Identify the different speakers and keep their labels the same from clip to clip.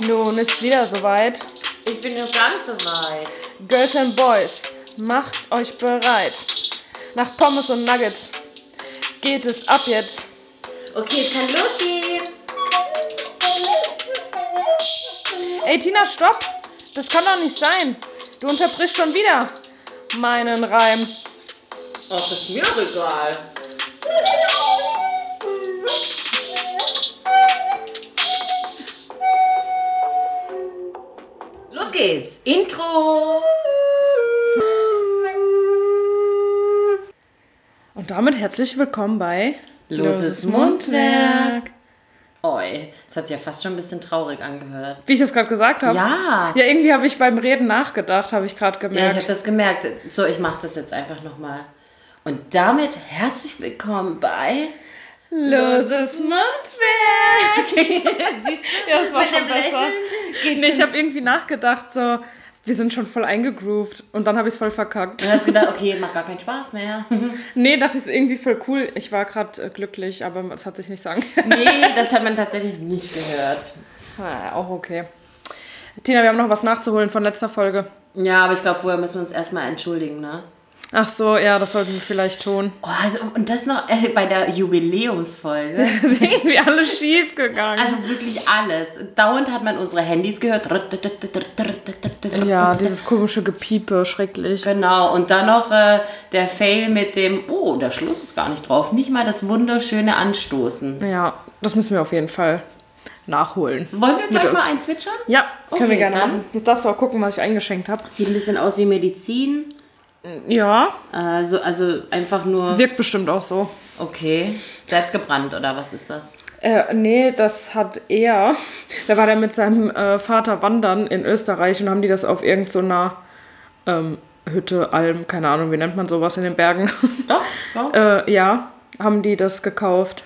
Speaker 1: Nun ist wieder soweit.
Speaker 2: Ich bin noch gar nicht so weit.
Speaker 1: Girls and Boys, macht euch bereit. Nach Pommes und Nuggets geht es ab jetzt.
Speaker 2: Okay, es kann losgehen.
Speaker 1: Ey, Tina, stopp! Das kann doch nicht sein. Du unterbrichst schon wieder meinen Reim.
Speaker 2: Ach, ist mir doch egal. Los geht's. Intro.
Speaker 1: Und damit herzlich willkommen bei
Speaker 2: Loses Mundwerk. Oi, das hat sich ja fast schon ein bisschen traurig angehört.
Speaker 1: Wie ich das gerade gesagt habe.
Speaker 2: Ja.
Speaker 1: Ja, irgendwie habe ich beim Reden nachgedacht, habe ich gerade
Speaker 2: Ja, ich habe
Speaker 1: gemerkt.
Speaker 2: das gemerkt. So, ich mache das jetzt einfach nochmal. Und damit herzlich willkommen bei
Speaker 1: Loses Mundwerk.
Speaker 2: Siehst du?
Speaker 1: Ja, das war
Speaker 2: Mit
Speaker 1: schon
Speaker 2: dem
Speaker 1: besser.
Speaker 2: Lächeln
Speaker 1: Nee, ich habe irgendwie nachgedacht, so, wir sind schon voll eingegroovt. Und dann habe ich es voll verkackt.
Speaker 2: Du hast gedacht, okay, macht gar keinen Spaß mehr.
Speaker 1: Nee, dachte ich, ist irgendwie voll cool. Ich war gerade glücklich, aber es hat sich nicht sagen.
Speaker 2: Nee, das hat man tatsächlich nicht gehört.
Speaker 1: Ah, auch okay. Tina, wir haben noch was nachzuholen von letzter Folge.
Speaker 2: Ja, aber ich glaube, vorher müssen wir uns erstmal entschuldigen, ne?
Speaker 1: Ach so, ja, das sollten wir vielleicht tun.
Speaker 2: Oh, also, und das noch äh, bei der Jubiläumsfolge.
Speaker 1: Das ist irgendwie alles schief gegangen.
Speaker 2: Also wirklich alles. Dauernd hat man unsere Handys gehört.
Speaker 1: ja, dieses komische Gepiepe, schrecklich.
Speaker 2: Genau, und dann noch äh, der Fail mit dem, oh, der Schluss ist gar nicht drauf. Nicht mal das wunderschöne Anstoßen.
Speaker 1: Ja, das müssen wir auf jeden Fall nachholen.
Speaker 2: Wollen wir gleich
Speaker 1: uns.
Speaker 2: mal einen zwitschern?
Speaker 1: Ja, können
Speaker 2: Okay,
Speaker 1: wir gerne
Speaker 2: dann.
Speaker 1: machen. Jetzt darfst du auch gucken, was ich eingeschenkt habe.
Speaker 2: Sieht ein bisschen aus wie Medizin.
Speaker 1: Ja,
Speaker 2: Äh, so, also einfach nur,
Speaker 1: wirkt bestimmt auch so.
Speaker 2: okay, selbst gebrannt oder was ist das?
Speaker 1: Äh, nee, das hat er. Da war er mit seinem äh, Vater wandern in Österreich und haben die das auf irgendeiner ähm, Hütte, Alm, keine Ahnung, wie nennt man sowas in den Bergen.
Speaker 2: Doch, doch.
Speaker 1: äh, ja, haben die das gekauft.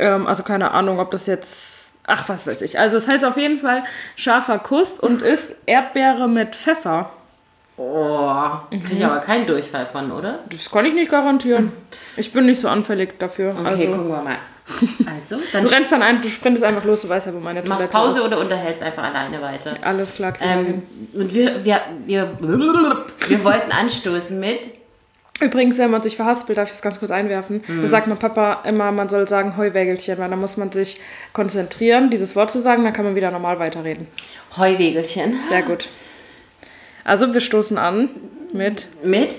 Speaker 1: Ähm, also keine Ahnung, ob das jetzt. Ach, was weiß ich. Also es heißt auf jeden Fall scharfer Kuss und ist Erdbeere mit Pfeffer.
Speaker 2: Oh, krieg ich aber keinen Durchfall von, oder?
Speaker 1: Das kann ich nicht garantieren. Ich bin nicht so anfällig dafür.
Speaker 2: Okay,
Speaker 1: also,
Speaker 2: gucken wir mal. Also, dann
Speaker 1: du rennst dann ein, du sprintest einfach los, du weißt ja, wo meine Toilette
Speaker 2: machst Pause oder unterhältst einfach alleine weiter.
Speaker 1: ist. Alles klar, kriegen wir hin.
Speaker 2: Ähm, und wir, wir, wir, wir wollten anstoßen mit.
Speaker 1: Übrigens, wenn man sich verhaspelt, darf ich das ganz kurz einwerfen,
Speaker 2: Mhm.
Speaker 1: dann sagt mein Papa immer, man soll sagen Heuwägelchen, weil dann muss man sich konzentrieren, dieses Wort zu sagen, dann kann man wieder normal weiterreden.
Speaker 2: Heuwegelchen.
Speaker 1: Sehr gut. Also, wir stoßen an mit
Speaker 2: Mit?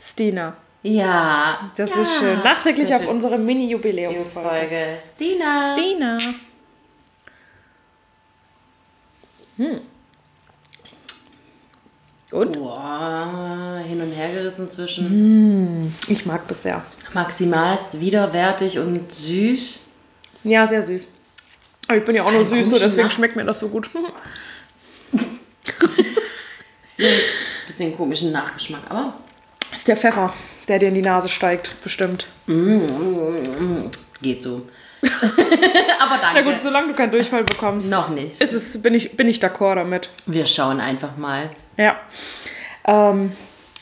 Speaker 1: Stina.
Speaker 2: Ja.
Speaker 1: Das
Speaker 2: ja.
Speaker 1: ist schön. Nachträglich
Speaker 2: Sehr
Speaker 1: auf
Speaker 2: schön.
Speaker 1: unsere Mini-Jubiläumsfolge.
Speaker 2: Folge. Stina.
Speaker 1: Stina.
Speaker 2: Oh.
Speaker 1: Hm. Und?
Speaker 2: Boah, hin und her gerissen
Speaker 1: Mhm.
Speaker 2: zwischen
Speaker 1: Ich mag das sehr.
Speaker 2: maximalst widerwärtig und süß.
Speaker 1: Ja, sehr süß. Aber ich bin ja auch nur
Speaker 2: Einen
Speaker 1: süß, so
Speaker 2: komischen
Speaker 1: deswegen
Speaker 2: Nach-
Speaker 1: schmeckt mir das so gut.
Speaker 2: Bisschen komischen Nachgeschmack, aber
Speaker 1: ist der Pfeffer, der dir in die Nase steigt, bestimmt.
Speaker 2: geht so. aber danke.
Speaker 1: Na gut, solange du keinen Durchfall bekommst.
Speaker 2: Noch nicht.
Speaker 1: Ist es, bin ich, bin ich d'accord damit.
Speaker 2: Wir schauen einfach mal.
Speaker 1: Ja. Ähm,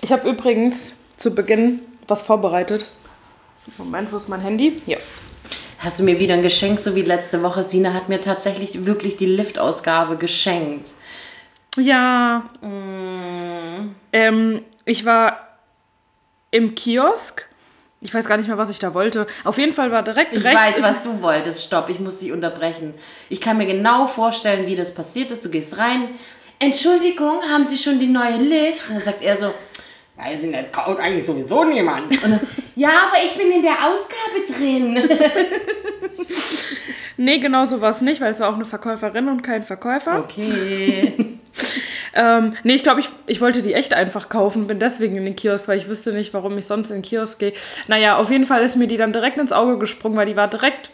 Speaker 1: ich habe übrigens zu Beginn was vorbereitet. Moment, wo ist mein Handy? Hier.
Speaker 2: Hast du mir wieder ein Geschenk, so wie letzte Woche? Sina hat mir tatsächlich wirklich die Lift-Ausgabe geschenkt.
Speaker 1: Ja. Ähm, ich war im Kiosk. Ich weiß gar nicht mehr, was ich da wollte. Auf jeden Fall war direkt
Speaker 2: Ich
Speaker 1: rechts.
Speaker 2: weiß,
Speaker 1: ist-
Speaker 2: was du wolltest. Stopp, ich muss dich unterbrechen. Ich kann mir genau vorstellen, wie das passiert ist. Du gehst rein. Entschuldigung, haben Sie schon die neue Lift? Und dann sagt er so,
Speaker 3: Weiß ich nicht, kaut eigentlich sowieso niemand.
Speaker 2: ja, aber ich bin in der Ausgabe drin.
Speaker 1: Nee, genau so war es nicht, weil es war auch eine Verkäuferin und kein Verkäufer.
Speaker 2: Okay.
Speaker 1: Ähm, nee, ich glaube, ich, ich wollte die echt einfach kaufen, bin deswegen in den Kiosk, weil ich wüsste nicht, warum ich sonst in den Kiosk gehe. Naja, auf jeden Fall ist mir die dann direkt ins Auge gesprungen, weil die war direkt,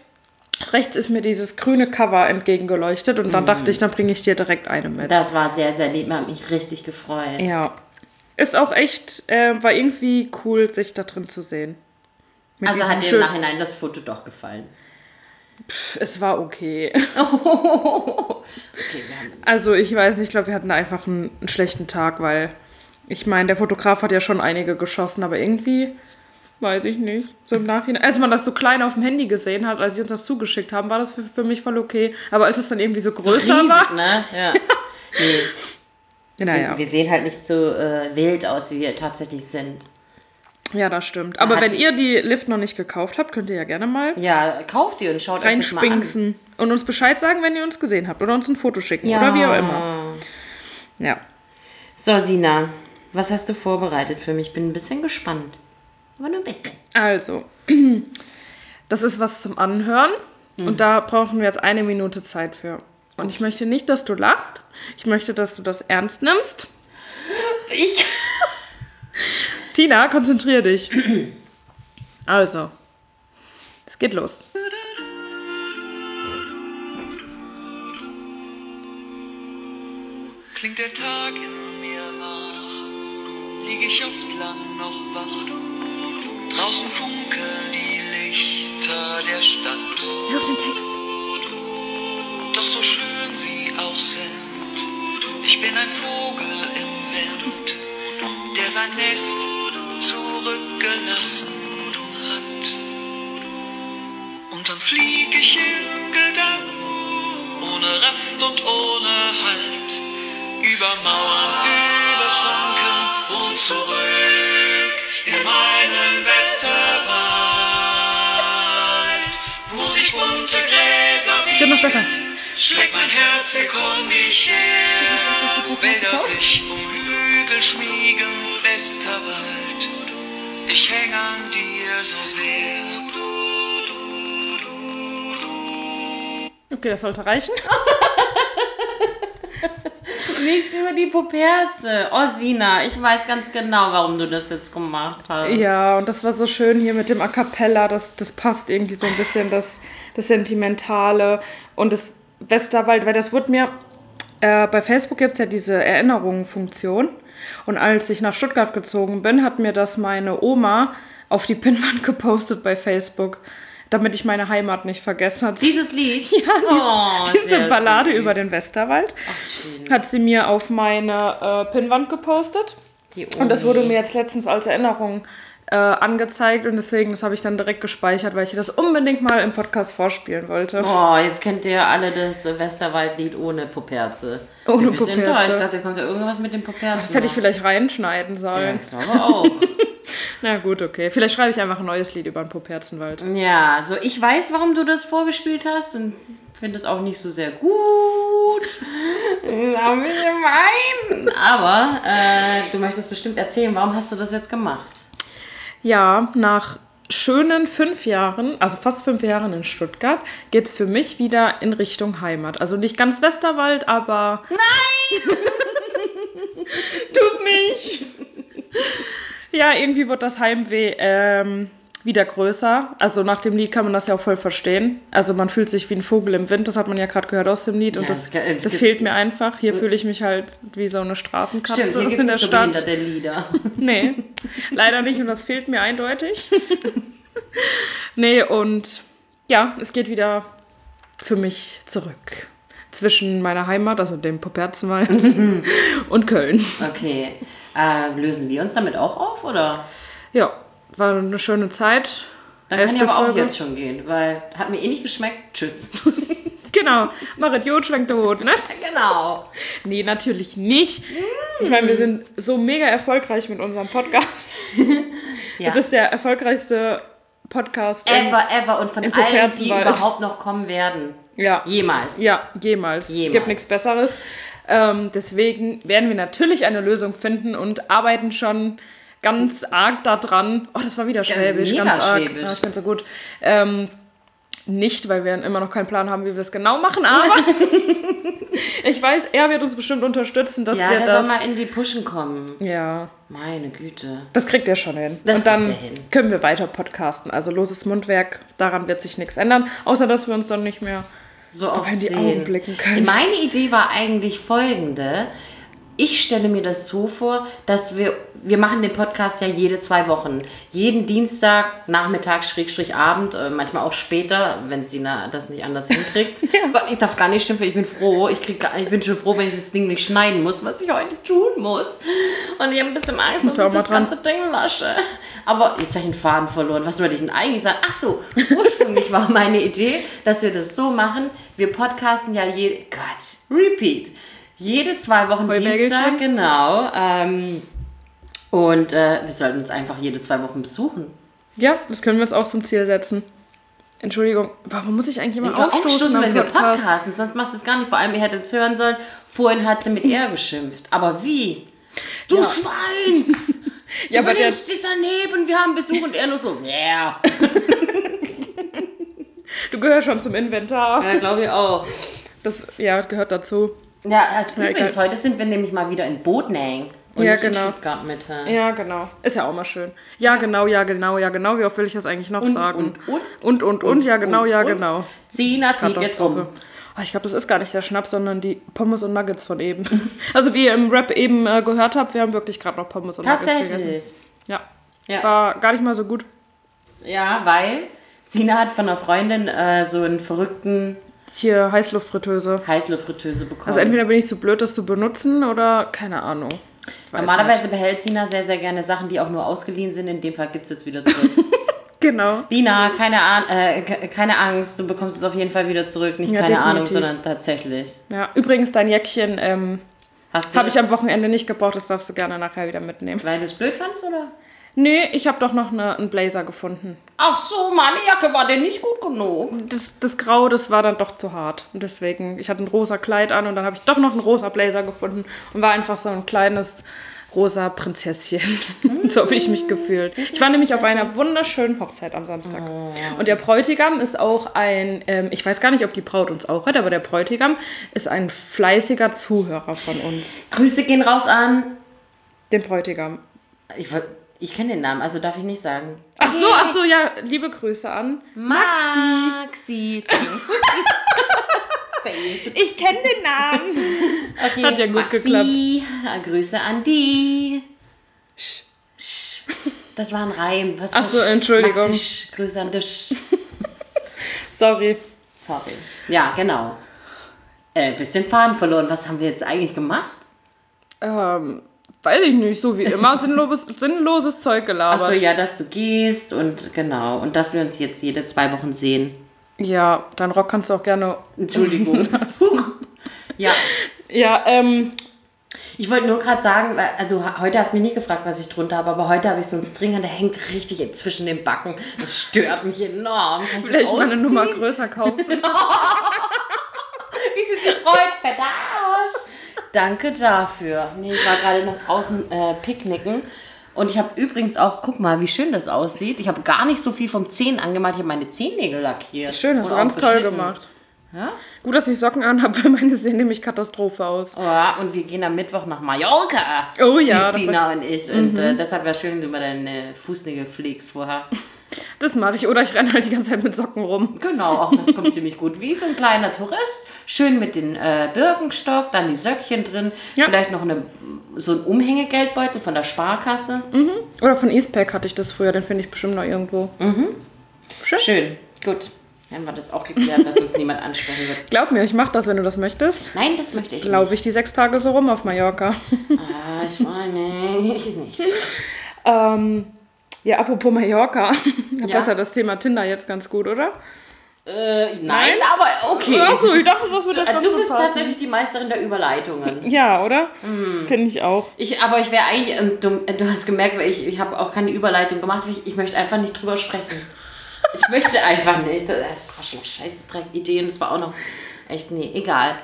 Speaker 1: rechts ist mir dieses grüne Cover entgegengeleuchtet und
Speaker 2: Mhm.
Speaker 1: dann dachte ich, dann bringe ich dir direkt eine mit.
Speaker 2: Das war sehr, sehr lieb. Hat mich richtig gefreut.
Speaker 1: ja. Ist auch echt, äh, war irgendwie cool, sich da drin zu sehen. Mit
Speaker 2: Also
Speaker 1: diesem
Speaker 2: hat dir im
Speaker 1: schönen-
Speaker 2: Nachhinein das Foto doch gefallen.
Speaker 1: Es war okay.
Speaker 2: Okay, wir haben
Speaker 1: Also ich weiß nicht, ich glaube, wir hatten da einfach einen, einen schlechten Tag, weil ich meine, der Fotograf hat ja schon einige geschossen, aber irgendwie Weiß ich nicht. So im Nachhinein. Als man das so klein auf dem Handy gesehen hat, als sie uns das zugeschickt haben, war das für, für mich voll okay. Aber als es dann irgendwie so größer
Speaker 2: Riesig,
Speaker 1: war.
Speaker 2: ne? Ja. Nee.
Speaker 1: Naja.
Speaker 2: Wir sehen halt nicht so äh, wild aus, wie wir tatsächlich sind.
Speaker 1: Ja, das stimmt. Aber
Speaker 2: hat
Speaker 1: wenn
Speaker 2: die-
Speaker 1: ihr die Lift noch nicht gekauft habt, könnt ihr ja gerne mal
Speaker 2: Ja, kauft die und schaut euch das mal an.
Speaker 1: reinspinksen und uns Bescheid sagen, wenn ihr uns gesehen habt oder uns ein Foto schicken oder wie auch immer. Ja.
Speaker 2: So, Sina, was hast du vorbereitet für mich? Bin ein bisschen gespannt. Aber nur ein bisschen.
Speaker 1: Also, das ist was zum Anhören und da brauchen wir jetzt eine Minute Zeit für. Und ich möchte nicht, dass du lachst. Ich möchte, dass du das ernst nimmst.
Speaker 2: Ich.
Speaker 1: Tina, konzentrier dich. Also, es geht los.
Speaker 4: Klingt der Tag in mir nach, lieg ich oft lang noch wach. Draußen funkeln die Lichter der Stadt,
Speaker 1: Hör auf den Text.
Speaker 4: doch so schön sie auch sind. Ich bin ein Vogel im Wind, der sein Nest zurückgelassen hat. Und dann flieg ich in Gedanken, ohne Rast und ohne Halt, über Mauern, über Schranken und zurück in meinen Westerwald, wo sich bunte Gräser
Speaker 1: Es wird noch besser.
Speaker 4: schlägt mein Herz, hier komm ich her. Wo Wälder sich um Hügel schmiegen, Westerwald, ich häng an dir so sehr.
Speaker 1: Okay, das sollte reichen.
Speaker 2: Nichts über die Puperze. Oh, Sina, ich weiß ganz genau, warum du das jetzt gemacht hast.
Speaker 1: Ja, und das war so schön hier mit dem A Cappella. Das, das passt irgendwie so ein bisschen, das, das Sentimentale und das Westerwald, weil das wurde mir. Äh, bei Facebook gibt es ja diese Erinnerungen-Funktion. Und als ich nach Stuttgart gezogen bin, hat mir das meine Oma auf die Pinnwand gepostet bei Facebook, damit ich meine Heimat nicht vergessen hat. Sie
Speaker 2: Dieses Lied? Ja,
Speaker 1: oh, diese Ballade über den Westerwald
Speaker 2: schön.
Speaker 1: hat sie mir auf meine äh, Pinnwand gepostet.
Speaker 2: Die
Speaker 1: Und das wurde
Speaker 2: Omi.
Speaker 1: mir jetzt letztens als Erinnerung äh, angezeigt und deswegen, das habe ich dann direkt gespeichert, weil ich das unbedingt mal im Podcast vorspielen wollte.
Speaker 2: Oh, jetzt kennt ihr alle das Westerwaldlied ohne Puperze.
Speaker 1: Ohne
Speaker 2: Ich bin ein bisschen
Speaker 1: Puperze.
Speaker 2: enttäuscht. Ich dachte, kommt da irgendwas mit dem Puperze.
Speaker 1: Das hätte ich vielleicht reinschneiden
Speaker 2: Ja,
Speaker 1: sollen.
Speaker 2: ich glaube auch.
Speaker 1: Na gut, okay. Vielleicht schreibe ich einfach ein neues Lied über den Poperzenwald.
Speaker 2: Ja, so ich weiß, warum du das vorgespielt hast und finde es auch nicht so sehr gut. Na, ein bisschen wein. Aber äh, du möchtest bestimmt erzählen, warum hast du das jetzt gemacht?
Speaker 1: Ja, nach schönen fünf Jahren, also fast fünf Jahren in Stuttgart, geht es für mich wieder in Richtung Heimat. Also nicht ganz Westerwald, aber. Nein! Tu's nicht! ja, irgendwie wird das Heimweh ähm, wieder größer. Also nach dem Lied kann man das ja auch voll verstehen. Also man fühlt sich wie ein Vogel im Wind, das hat man ja gerade gehört aus dem Lied. Und
Speaker 2: Ja,
Speaker 1: das,
Speaker 2: es ge- es
Speaker 1: das
Speaker 2: gibt- Äh,
Speaker 1: fehlt mir einfach. Hier fühle ich mich halt wie so eine Straßenkatze
Speaker 2: Stimmt, hier gibt
Speaker 1: in der
Speaker 2: es so
Speaker 1: Stadt.
Speaker 2: behinderte Lieder.
Speaker 1: Nee, leider nicht und das fehlt mir eindeutig. nee, und ja, es geht wieder für mich zurück. Zwischen meiner Heimat, also dem Poperzenwald
Speaker 2: Mhm.
Speaker 1: und Köln.
Speaker 2: Okay, äh, lösen wir uns damit auch auf, oder?
Speaker 1: Ja, war eine schöne Zeit.
Speaker 2: Dann kann ich
Speaker 1: Elfte
Speaker 2: aber auch
Speaker 1: Folge.
Speaker 2: jetzt schon gehen, weil hat mir eh nicht geschmeckt. Tschüss.
Speaker 1: Genau, Marit Jod schwenkt der Hut, ne?
Speaker 2: genau.
Speaker 1: Nee, natürlich nicht. Ich meine,
Speaker 2: Mhm.
Speaker 1: wir sind so mega erfolgreich mit unserem Podcast.
Speaker 2: Ja.
Speaker 1: Das ist der erfolgreichste Podcast. in-
Speaker 2: Ever, ever und von
Speaker 1: Im
Speaker 2: allen, die
Speaker 1: Poperzenwald.
Speaker 2: überhaupt noch kommen werden.
Speaker 1: Ja.
Speaker 2: Jemals.
Speaker 1: Ja, jemals.
Speaker 2: Jemals.
Speaker 1: Gibt nichts Besseres. Ähm, deswegen werden wir natürlich eine Lösung finden und arbeiten schon ganz arg daran. Oh, das war wieder schwäbisch,
Speaker 2: mega
Speaker 1: ganz arg.
Speaker 2: schwäbisch.
Speaker 1: Ja, ich bin so gut. Ähm, nicht, weil wir immer noch keinen Plan haben, wie wir es genau machen, aber ich weiß, er wird uns bestimmt unterstützen, dass
Speaker 2: Ja,
Speaker 1: wir
Speaker 2: der
Speaker 1: das.
Speaker 2: soll mal in die Pushen kommen.
Speaker 1: ja,
Speaker 2: Meine Güte.
Speaker 1: das kriegt er schon hin.
Speaker 2: Das
Speaker 1: und dann
Speaker 2: kriegt er hin.
Speaker 1: können wir weiter podcasten. Also loses Mundwerk, daran wird sich nichts ändern, außer dass wir uns dann nicht mehr
Speaker 2: so oft
Speaker 1: in die
Speaker 2: sehen.
Speaker 1: Augen blicken können.
Speaker 2: Meine Idee war eigentlich folgende. ich stelle mir das so vor, dass wir, wir machen den Podcast ja jede zwei Wochen. Jeden Dienstag, Nachmittag, Schrägstrich Abend, äh, manchmal auch später, wenn Sina das nicht anders hinkriegt. Gott, ich darf gar nicht schimpfen, ich bin froh. Ich, krieg, gar- ich bin schon froh, wenn ich das Ding nicht schneiden muss, was ich heute tun muss. Und ich habe ein bisschen Angst,
Speaker 1: Muss
Speaker 2: dass
Speaker 1: auch
Speaker 2: ich
Speaker 1: mal
Speaker 2: das
Speaker 1: dran.
Speaker 2: ganze Ding lösche. Aber jetzt habe ich den Faden verloren. Was wollte ich denn eigentlich sagen? Ach so, ursprünglich war meine Idee, dass wir das so machen. Wir podcasten ja je, Gott, repeat. Jede zwei Wochen
Speaker 1: Heubergelchen.
Speaker 2: Dienstag, genau. Ähm, und äh, wir sollten uns einfach jede zwei Wochen besuchen.
Speaker 1: Ja, das können wir uns auch zum Ziel setzen. Entschuldigung, warum muss ich eigentlich immer aufstoßen, am
Speaker 2: wenn wir
Speaker 1: Podcast?
Speaker 2: podcasten, sonst macht es gar nicht. Vor allem, ihr hättet es hören sollen, vorhin hat sie mit er geschimpft. Aber wie? Du Schwein!
Speaker 1: Ja,
Speaker 2: Ja, du
Speaker 1: aber der,
Speaker 2: nimmst dich daneben, wir haben Besuch und er nur so, yeah.
Speaker 1: du gehörst schon zum Inventar.
Speaker 2: Ja, glaube ich auch.
Speaker 1: Das ja, gehört dazu.
Speaker 2: Ja, also
Speaker 1: Ja,
Speaker 2: übrigens, heute sind wir nämlich mal wieder in Botnang. Und
Speaker 1: Ja,
Speaker 2: nicht in
Speaker 1: genau.
Speaker 2: Stuttgart mit. hä?
Speaker 1: Ja, genau. Ist ja auch mal schön. Ja, genau, ja, genau, ja, genau. Wie oft will ich das eigentlich noch
Speaker 2: Und,
Speaker 1: sagen?
Speaker 2: und,
Speaker 1: und,
Speaker 2: und.
Speaker 1: und, und, ja, genau,
Speaker 2: und,
Speaker 1: ja,
Speaker 2: und.
Speaker 1: genau.
Speaker 2: Zina zieht jetzt um.
Speaker 1: Ah, Ich glaube, das ist gar nicht der Schnaps, sondern die Pommes und Nuggets von eben. Also wie ihr im Rap eben äh, gehört habt, wir haben wirklich gerade noch Pommes und Nuggets gegessen.
Speaker 2: Tatsächlich.
Speaker 1: Ja.
Speaker 2: Ja.
Speaker 1: War gar nicht mal so gut.
Speaker 2: Ja, weil Sina hat von einer Freundin äh, so einen verrückten
Speaker 1: Hier Heißluftfritteuse.
Speaker 2: Heißluftfritteuse bekommen.
Speaker 1: Also entweder bin ich zu blöd, das zu benutzen oder keine Ahnung. Ich weiß
Speaker 2: Normalerweise behält Sina sehr, sehr gerne Sachen, die auch nur ausgeliehen sind. In dem Fall gibt es jetzt wieder zurück.
Speaker 1: nicht. Genau.
Speaker 2: Lina, keine, Ahn- äh, ke- keine Angst, du bekommst es auf jeden Fall wieder zurück. Nicht
Speaker 1: Ja,
Speaker 2: keine
Speaker 1: definitiv.
Speaker 2: Ahnung, sondern tatsächlich.
Speaker 1: Ja. Übrigens, dein Jäckchen ähm,
Speaker 2: Hast du,
Speaker 1: habe ich am Wochenende nicht gebraucht, das darfst du gerne nachher wieder mitnehmen.
Speaker 2: weil du es blöd fandst, oder?
Speaker 1: Nee, ich habe doch noch eine, einen Blazer gefunden.
Speaker 2: Ach so, meine Jacke war denn nicht gut genug.
Speaker 1: Das, das Grau, das war dann doch zu hart. Und deswegen, ich hatte ein rosa Kleid an und dann habe ich doch noch einen rosa Blazer gefunden und war einfach so ein kleines rosa Prinzesschen. so habe ich mich gefühlt. Ich war nämlich auf einer wunderschönen Hochzeit am Samstag. Und der Bräutigam ist auch ein, ähm, ich weiß gar nicht, ob die Braut uns auch hört, aber der Bräutigam ist ein fleißiger Zuhörer von uns.
Speaker 2: Grüße gehen raus an.
Speaker 1: Den Bräutigam.
Speaker 2: Ich, woll- ich kenne den Namen, also darf ich nicht sagen.
Speaker 1: Ach so, ach so, ja, liebe Grüße an.
Speaker 2: Maxi.
Speaker 1: Ich kenne den Namen.
Speaker 2: Okay,
Speaker 1: Hat ja gut
Speaker 2: Maxi,
Speaker 1: geklappt.
Speaker 2: Grüße an die. Sch, sch. Das war ein Reim. Was war
Speaker 1: Ach so,
Speaker 2: sch?
Speaker 1: Entschuldigung.
Speaker 2: Maxi, sch. Grüße an dich.
Speaker 1: Sorry.
Speaker 2: Sorry. Ja, genau. Äh, bisschen Faden verloren. Was haben wir jetzt eigentlich gemacht?
Speaker 1: Ähm, weiß ich nicht, so wie immer sinnloses, sinnloses Zeug gelabert.
Speaker 2: Achso, ja, dass du gehst und genau. Und dass wir uns jetzt jede zwei Wochen sehen.
Speaker 1: Ja, deinen Rock kannst du auch gerne.
Speaker 2: Entschuldigung. Huch. ja.
Speaker 1: Ja, ähm,
Speaker 2: Ich wollte nur gerade sagen, weil- also ha- heute hast du mich nicht gefragt, was ich drunter habe, aber heute habe ich so einen Stringer, der hängt richtig zwischen den Backen. Das stört mich enorm. Kann ich
Speaker 1: vielleicht mal eine
Speaker 2: ausziehen?
Speaker 1: Nummer größer kaufen.
Speaker 2: Wie sie sich freut, fetter Arsch. Danke dafür. Nee, ich war gerade noch draußen äh, picknicken. Und ich habe übrigens auch, guck mal, wie schön das aussieht. Ich habe gar nicht so viel vom Zehen angemalt. Ich habe meine Zehennägel lackiert.
Speaker 1: Schön, hast du
Speaker 2: Und
Speaker 1: ganz
Speaker 2: auch
Speaker 1: toll
Speaker 2: geschnitten.
Speaker 1: gemacht.
Speaker 2: Ja?
Speaker 1: Gut, dass ich Socken an habe, weil meine sehen nämlich Katastrophe aus.
Speaker 2: Oh, und wir gehen am Mittwoch nach Mallorca.
Speaker 1: Oh ja, das Mhm.
Speaker 2: Die Zina und ich. Und äh, deshalb wäre schön, wenn du mal deine Fußnägel pflegst vorher.
Speaker 1: Das mache ich. Oder ich renne halt die ganze Zeit mit Socken rum.
Speaker 2: Genau, auch das kommt ziemlich gut. Wie so ein kleiner Tourist, schön mit den äh, Birkenstock, dann die Söckchen drin,
Speaker 1: Ja.
Speaker 2: vielleicht noch eine, so ein Umhängegeldbeutel von der Sparkasse.
Speaker 1: Mhm. Oder von Eastpack hatte ich das früher, den finde ich bestimmt noch irgendwo.
Speaker 2: Schön, gut. Dann war das auch geklärt, dass uns niemand ansprechen wird.
Speaker 1: Glaub mir, ich mache das, wenn du das möchtest.
Speaker 2: Nein, das möchte ich
Speaker 1: Glaube
Speaker 2: nicht.
Speaker 1: ich die sechs Tage so rum auf Mallorca.
Speaker 2: Ah, ich freue mich nicht. Äh,
Speaker 1: ähm, ja, apropos Mallorca. Da
Speaker 2: Ja.
Speaker 1: passt ja das Thema Tinder jetzt ganz gut, oder?
Speaker 2: Äh, nein, aber okay.
Speaker 1: Ach so, ich dachte, das würde
Speaker 2: Äh,
Speaker 1: schon
Speaker 2: du bist
Speaker 1: passen.
Speaker 2: tatsächlich die Meisterin der Überleitungen.
Speaker 1: Ja, oder? Finde ich auch.
Speaker 2: Ich, aber ich wäre eigentlich, ähm, du, äh, du hast gemerkt, weil ich, ich habe auch keine Überleitung gemacht, weil ich, ich möchte einfach nicht drüber sprechen. Ich möchte einfach nicht. Das ist Arschloch, scheiße, Dreck, Ideen, das war auch noch echt, nee, egal.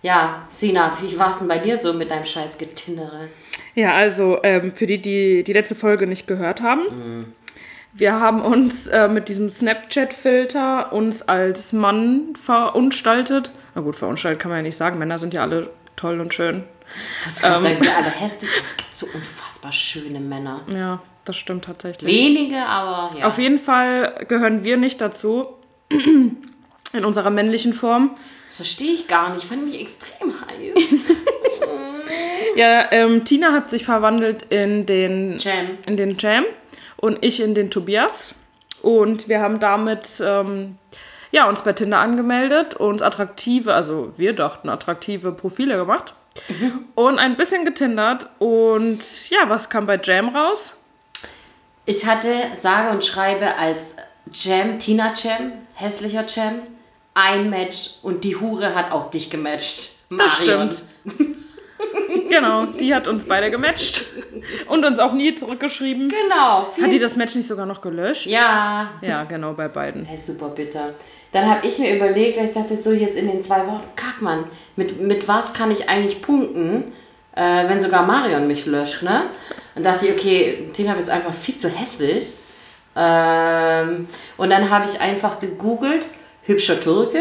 Speaker 2: Ja, Sina, wie war es denn bei dir so mit deinem scheiß Getindere?
Speaker 1: Ja, also ähm, für die, die die letzte Folge nicht gehört haben. Wir haben uns äh, mit diesem Snapchat-Filter uns als Mann verunstaltet. Na gut, verunstaltet kann man ja nicht sagen. Männer sind ja alle toll und schön.
Speaker 2: Was kann sagen, sie sind alle hässlich, aber es gibt so unfassbar schöne Männer.
Speaker 1: Ja, das stimmt tatsächlich.
Speaker 2: Wenige, aber ja.
Speaker 1: Auf jeden Fall gehören wir nicht dazu. In unserer männlichen Form.
Speaker 2: Das verstehe ich gar nicht. Ich fand mich extrem heiß.
Speaker 1: Ja, ähm, Tina hat sich verwandelt in den
Speaker 2: Jam.
Speaker 1: in den Jam und ich in den Tobias. Und wir haben damit ähm, ja, uns bei Tinder angemeldet, uns attraktive, also wir dachten attraktive Profile gemacht
Speaker 2: Mhm.
Speaker 1: und ein bisschen getindert. Und ja, was kam bei Jam raus?
Speaker 2: Ich hatte sage und schreibe als Jam, Tina Jam, hässlicher Jam, ein Match und die Hure hat auch dich gematcht.
Speaker 1: Das
Speaker 2: Marion.
Speaker 1: stimmt. Genau, die hat uns beide gematcht und uns auch nie zurückgeschrieben.
Speaker 2: Genau. Viel
Speaker 1: Hat die das Match nicht sogar noch gelöscht?
Speaker 2: ja.
Speaker 1: Ja, genau, bei beiden.
Speaker 2: Hey, super bitter. Dann habe ich mir überlegt, weil ich dachte so jetzt in den zwei Wochen, kack Mann, mit, mit was kann ich eigentlich punkten, äh, wenn sogar Marion mich löscht, ne? Und dachte ich, okay, Tina ist einfach viel zu hässlich. Ähm, und dann habe ich einfach gegoogelt, hübscher Türke.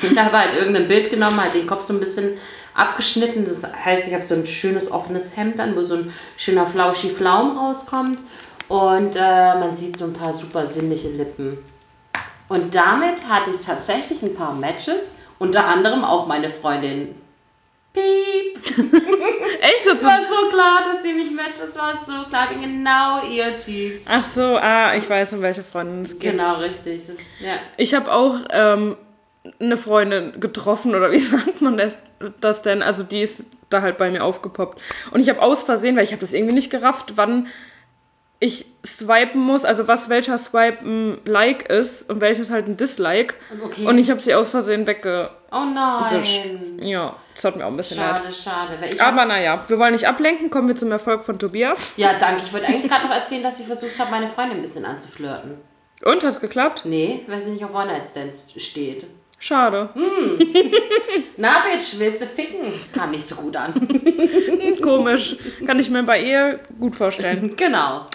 Speaker 2: Ich habe halt irgendein Bild genommen, halt den Kopf so ein bisschen abgeschnitten. Das heißt, ich habe so ein schönes offenes Hemd an, wo so ein schöner flauschi Flaum rauskommt. Und äh, man sieht so ein paar super sinnliche Lippen. Und damit hatte ich tatsächlich ein paar Matches, unter anderem auch meine Freundin. Piep!
Speaker 1: Echt? Das
Speaker 2: Es war so klar, dass die mich matcht, es war so klar, genau ihr Typ.
Speaker 1: Ach so, ah, ich weiß, um welche Freundin es geht.
Speaker 2: Genau, richtig. Ja.
Speaker 1: Ich habe auch ähm, eine Freundin getroffen oder wie sagt man das, das denn? Also die ist da halt bei mir aufgepoppt. Und ich habe aus Versehen, weil ich habe das irgendwie nicht gerafft, wann ich swipen muss, also was welcher Swipe ein Like ist und welches halt ein Dislike.
Speaker 2: Okay.
Speaker 1: Und ich habe sie aus Versehen weggewischt.
Speaker 2: oh nein.
Speaker 1: Ja, das hat mir auch ein bisschen leid.
Speaker 2: Schade, schade. Weil ich
Speaker 1: Aber naja, wir wollen nicht ablenken, kommen wir zum Erfolg von Tobias.
Speaker 2: Ja, danke. Ich wollte eigentlich gerade noch erzählen, dass ich versucht habe, meine Freundin ein bisschen anzuflirten.
Speaker 1: Und hat's geklappt?
Speaker 2: Nee, weil sie nicht auf One-Night-Stands steht.
Speaker 1: Schade. Hm,
Speaker 2: Na, Bitch, willst du ficken? Kam nicht so gut an.
Speaker 1: Komisch. Kann ich mir bei ihr gut vorstellen.
Speaker 2: genau.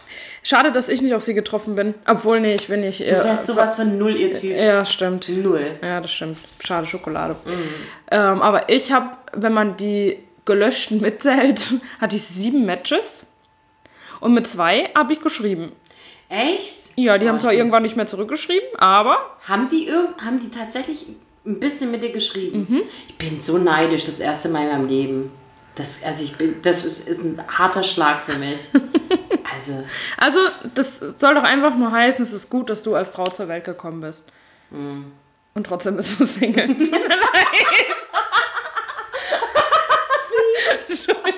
Speaker 1: Schade, dass ich nicht auf sie getroffen bin. Obwohl, nee, ich bin nicht.
Speaker 2: Du wärst sowas von null, ihr Typ.
Speaker 1: ja, stimmt.
Speaker 2: Null.
Speaker 1: Ja, das stimmt. Schade Schokolade.
Speaker 2: Mhm.
Speaker 1: Ähm, aber ich habe, wenn man die gelöschten mitzählt, hatte ich sieben Matches. Und mit zwei habe ich geschrieben.
Speaker 2: Echt?
Speaker 1: Ja, die
Speaker 2: Oh,
Speaker 1: haben
Speaker 2: ich
Speaker 1: zwar
Speaker 2: bin's.
Speaker 1: irgendwann nicht mehr zurückgeschrieben, aber
Speaker 2: Haben die, irgend, haben die tatsächlich ein bisschen mit dir geschrieben? Ich bin so neidisch, das erste Mal in meinem Leben. Das, also ich bin, das ist, ist ein harter Schlag für mich. Also,
Speaker 1: also das soll doch einfach nur heißen, es ist gut, dass du als Frau zur Welt gekommen bist.
Speaker 2: Mhm.
Speaker 1: Und trotzdem bist du Single. Tut mir leid.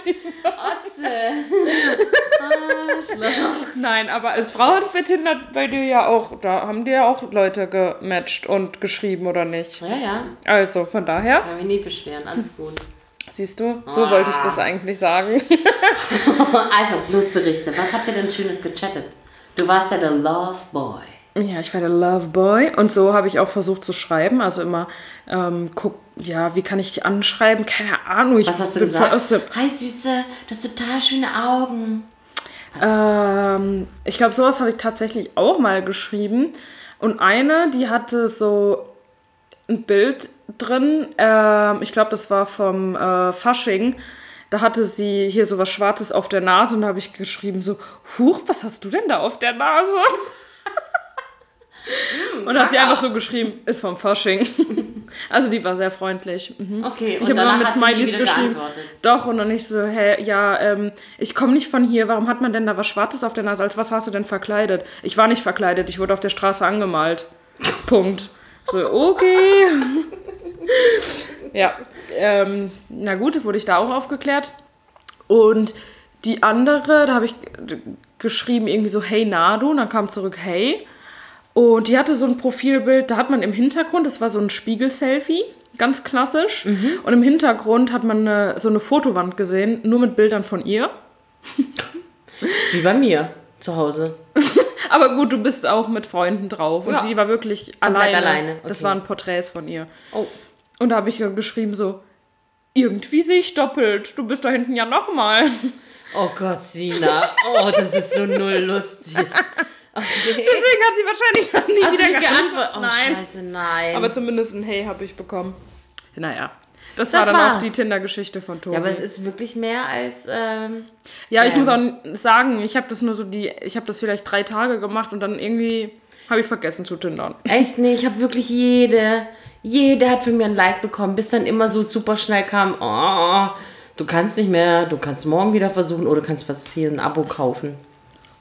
Speaker 2: Otze. Ah, Arschloch.
Speaker 1: Nein, aber als Frau hat es bei Tinder bei dir ja auch, da haben dir ja auch Leute gematcht und geschrieben oder nicht.
Speaker 2: Ja, ja,
Speaker 1: Also von daher,
Speaker 2: kann mich nie beschweren, alles gut.
Speaker 1: siehst du, so wollte ich
Speaker 2: Ah.
Speaker 1: das eigentlich sagen.
Speaker 2: Also, los berichte. Was habt ihr denn Schönes gechattet? Du warst ja der Love Boy.
Speaker 1: Ja, ich war der Love Boy und so habe ich auch versucht zu schreiben. Also immer, ähm, guck, ja, wie kann ich dich anschreiben? Keine Ahnung. Ich
Speaker 2: Was hast du
Speaker 1: bin voll
Speaker 2: gesagt?
Speaker 1: aus dem-
Speaker 2: Hi Süße, du hast total schöne Augen.
Speaker 1: Ähm, ich glaube, sowas habe ich tatsächlich auch mal geschrieben. Und eine, die hatte so ein Bild drin. Ähm, ich glaube, das war vom äh, Fasching. Da hatte sie hier so was Schwarzes auf der Nase und da habe ich geschrieben so, Huch, was hast du denn da auf der Nase? und dann hat sie einfach so geschrieben, ist vom Fasching. also die war sehr freundlich. Mhm.
Speaker 2: Okay,
Speaker 1: Ich
Speaker 2: und
Speaker 1: habe immer
Speaker 2: danach
Speaker 1: mit
Speaker 2: hat sie nie
Speaker 1: Smileys
Speaker 2: wieder
Speaker 1: geschrieben.
Speaker 2: geantwortet.
Speaker 1: Doch, und dann nicht so, hä, ja, ähm, ich komme nicht von hier, warum hat man denn da was Schwarzes auf der Nase? Als was hast du denn verkleidet? Ich war nicht verkleidet, ich wurde auf der Straße angemalt. Punkt. So, okay. ja, ähm, na gut, wurde ich da auch aufgeklärt. Und die andere, da habe ich g- geschrieben irgendwie so, hey Nado, und dann kam zurück, hey. Und die hatte so ein Profilbild, da hat man im Hintergrund, das war so ein Spiegel-Selfie, ganz klassisch.
Speaker 2: Mhm.
Speaker 1: Und im Hintergrund hat man eine, so eine Fotowand gesehen, nur mit Bildern von ihr.
Speaker 2: Ist wie bei mir zu Hause.
Speaker 1: Aber gut, du bist auch mit Freunden drauf. Und
Speaker 2: Ja.
Speaker 1: sie war wirklich
Speaker 2: Komplett
Speaker 1: alleine.
Speaker 2: alleine,
Speaker 1: Das
Speaker 2: okay.
Speaker 1: waren Porträts von ihr.
Speaker 2: Oh.
Speaker 1: Und da habe ich ihr geschrieben so, irgendwie sehe ich doppelt. Du bist da hinten ja nochmal.
Speaker 2: Oh Gott, Sina. Oh, das ist so null lustig. Okay.
Speaker 1: Deswegen hat sie wahrscheinlich dann nie
Speaker 2: Hat sie
Speaker 1: wieder
Speaker 2: nicht geantwortet?
Speaker 1: geantwortet.
Speaker 2: Oh,
Speaker 1: Nein.
Speaker 2: scheiße, nein.
Speaker 1: Aber zumindest ein Hey habe ich bekommen. Naja. Das,
Speaker 2: Das
Speaker 1: war dann auch
Speaker 2: war's.
Speaker 1: die Tinder-Geschichte von Tobi.
Speaker 2: ja, aber es ist wirklich mehr als... Ähm,
Speaker 1: Ja, ich
Speaker 2: Ähm.
Speaker 1: muss auch sagen, ich habe das nur so die, ich habe das vielleicht drei Tage gemacht und dann irgendwie habe ich vergessen zu tindern.
Speaker 2: Echt? Nee, ich habe wirklich jede, jede hat von mir ein Like bekommen, bis dann immer so super schnell kam, oh, Du kannst nicht mehr, du kannst morgen wieder versuchen oder du kannst was hier ein Abo kaufen.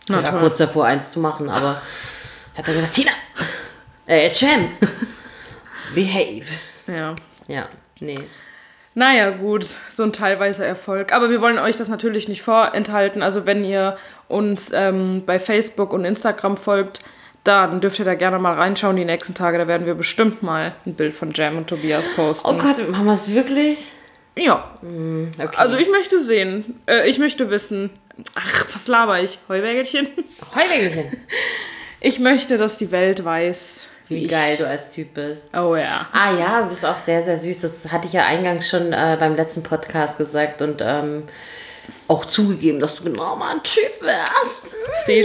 Speaker 1: Na
Speaker 2: ich war
Speaker 1: toll.
Speaker 2: kurz davor, eins zu machen, aber hat er gesagt, Tina, äh, Cem, behave.
Speaker 1: Ja.
Speaker 2: Ja, nee.
Speaker 1: Naja, gut, so ein teilweiser Erfolg. Aber wir wollen euch das natürlich nicht vorenthalten. Also, wenn ihr uns ähm, bei Facebook und Instagram folgt, dann dürft ihr da gerne mal reinschauen die nächsten Tage. Da werden wir bestimmt mal ein Bild von Jam und Tobias posten.
Speaker 2: Oh Gott, machen wir es wirklich?
Speaker 1: Ja,
Speaker 2: Okay.
Speaker 1: also ich möchte sehen. Äh, ich möchte wissen. Ach, was laber ich? Heubägelchen?
Speaker 2: Heuwegelchen.
Speaker 1: Ich möchte, dass die Welt weiß.
Speaker 2: Wie geil du als Typ bist.
Speaker 1: Oh ja.
Speaker 2: Ah ja, du bist auch sehr, sehr süß. Das hatte ich ja eingangs schon äh, beim letzten Podcast gesagt und ähm, auch zugegeben, dass du genau mal ein Typ wärst.
Speaker 1: Seh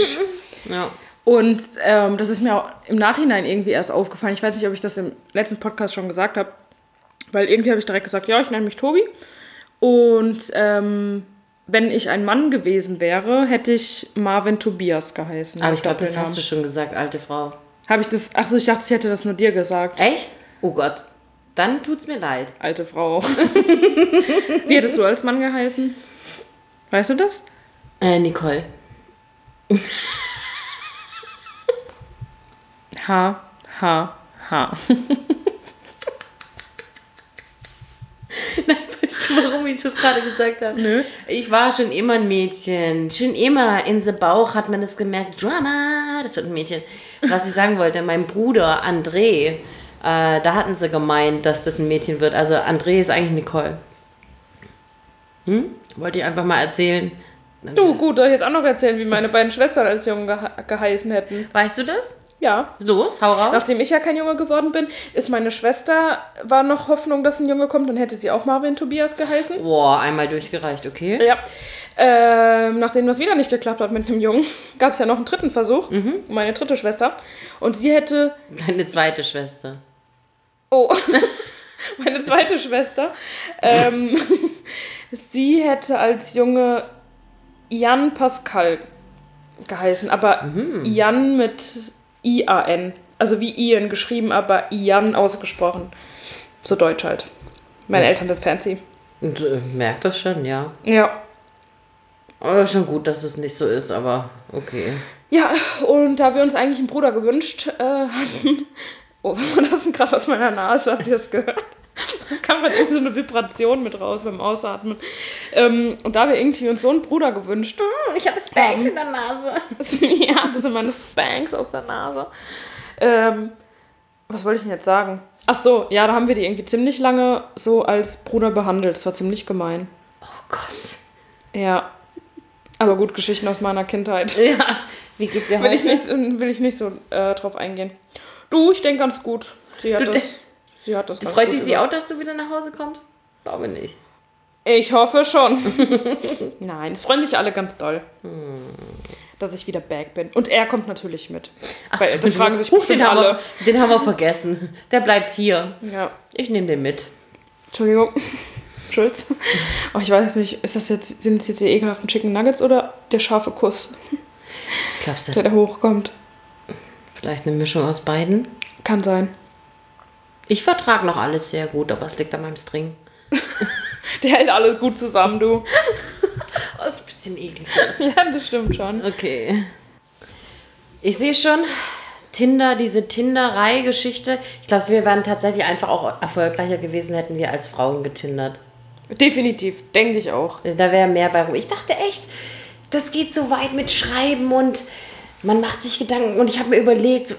Speaker 2: Ja.
Speaker 1: Und ähm, das ist mir auch im Nachhinein irgendwie erst aufgefallen. Ich weiß nicht, ob ich das im letzten Podcast schon gesagt habe, weil irgendwie habe ich direkt gesagt, ja, ich nenne mich Tobi. Und ähm, wenn ich ein Mann gewesen wäre, hätte ich Marvin Tobias geheißen.
Speaker 2: Aber Ah, ich glaube, das hast du schon gesagt, alte Frau.
Speaker 1: Habe ich das? Achso, ich dachte, ich hätte das nur dir gesagt.
Speaker 2: Echt? Oh Gott. Dann tut's mir leid.
Speaker 1: Alte Frau. Wie hättest du als Mann geheißen? Weißt du das?
Speaker 2: Äh, Nicole.
Speaker 1: Ha, ha, ha.
Speaker 2: Weißt du, warum ich das gerade gesagt habe? Nö. Ich war schon immer ein Mädchen. Schon immer in the Bauch hat man es gemerkt. Drama, das wird ein Mädchen. Was ich sagen wollte, mein Bruder André, äh, da hatten sie gemeint, dass das ein Mädchen wird. Also André ist eigentlich Nicole. Hm? Wollte ich einfach mal erzählen.
Speaker 1: Du, gut, soll ich jetzt auch noch erzählen, wie meine beiden Schwestern als Jungen gehe geheißen hätten.
Speaker 2: Weißt du das?
Speaker 1: Ja.
Speaker 2: Los, hau raus.
Speaker 1: Nachdem ich ja kein Junge geworden bin, ist meine Schwester, war noch Hoffnung, dass ein Junge kommt, dann hätte sie auch Marvin Tobias geheißen.
Speaker 2: Boah, einmal durchgereicht, okay?
Speaker 1: Ja. Ähm, nachdem das wieder nicht geklappt hat mit einem Jungen, gab es ja noch einen dritten Versuch. Meine dritte Schwester. Und sie hätte.
Speaker 2: Deine zweite Schwester.
Speaker 1: Oh. meine zweite Schwester. Ähm, sie hätte als Junge Jan Pascal geheißen. Aber Jan mit I-A-N. Also wie Ian geschrieben, aber Ian ausgesprochen. So deutsch halt. Meine Eltern sind fancy.
Speaker 2: Und, äh, merkt das schon, ja.
Speaker 1: Ja.
Speaker 2: Aber schon gut, dass es nicht so ist, aber okay.
Speaker 1: Ja, und da wir uns eigentlich einen Bruder gewünscht äh, hatten. Oh, was war das denn gerade aus meiner Nase? Habt ihr das gehört? Da kam gerade irgendwie so eine Vibration mit raus beim Ausatmen. Ähm, und da wir irgendwie uns so einen Bruder gewünscht
Speaker 2: Ich habe Spanks in der Nase.
Speaker 1: ja, das sind meine Spanks aus der Nase. Ähm, was wollte ich denn jetzt sagen? Ach so, ja, da haben wir die irgendwie ziemlich lange so als Bruder behandelt. Das war ziemlich gemein.
Speaker 2: Oh Gott.
Speaker 1: Ja. Aber gut, Geschichten aus meiner Kindheit.
Speaker 2: Ja, wie geht's dir
Speaker 1: Will
Speaker 2: heute?
Speaker 1: ich nicht, will ich nicht so äh, drauf eingehen. Du, ich denke ganz gut. Sie hat
Speaker 2: Du
Speaker 1: das.
Speaker 2: denk-
Speaker 1: Sie hat das ganz
Speaker 2: Freut
Speaker 1: gut
Speaker 2: dich sie
Speaker 1: über-
Speaker 2: auch, dass du wieder nach Hause kommst? Glaube nicht.
Speaker 1: Ich hoffe schon. Nein, es freuen sich alle ganz doll.
Speaker 2: Hm.
Speaker 1: Dass ich wieder back bin. Und er kommt natürlich mit.
Speaker 2: Ach
Speaker 1: Weil das fragen sich
Speaker 2: Huch, den,
Speaker 1: bestimmt
Speaker 2: haben
Speaker 1: alle.
Speaker 2: Wir, den haben wir vergessen. Der bleibt hier.
Speaker 1: Ja.
Speaker 2: Ich nehme den mit.
Speaker 1: Entschuldigung. Schulz. Oh, ich weiß nicht, ist das jetzt, sind es jetzt die ekelhaften Chicken Nuggets oder der scharfe Kuss,
Speaker 2: Ich glaube, es
Speaker 1: der
Speaker 2: ist
Speaker 1: da hochkommt?
Speaker 2: vielleicht eine Mischung aus beiden.
Speaker 1: Kann sein.
Speaker 2: Ich vertrage noch alles sehr gut, aber es liegt an meinem String.
Speaker 1: Der hält alles gut zusammen, du.
Speaker 2: Oh, ist ein bisschen eklig jetzt.
Speaker 1: Ja, das stimmt schon.
Speaker 2: Okay. Ich sehe schon, Tinder, diese Tinderei-Geschichte. Ich glaube, wir wären tatsächlich einfach auch erfolgreicher gewesen, hätten wir als Frauen getindert.
Speaker 1: Definitiv, denke ich auch.
Speaker 2: Da wäre mehr bei rum. Ich dachte echt, das geht so weit mit Schreiben und man macht sich Gedanken. Und ich habe mir überlegt,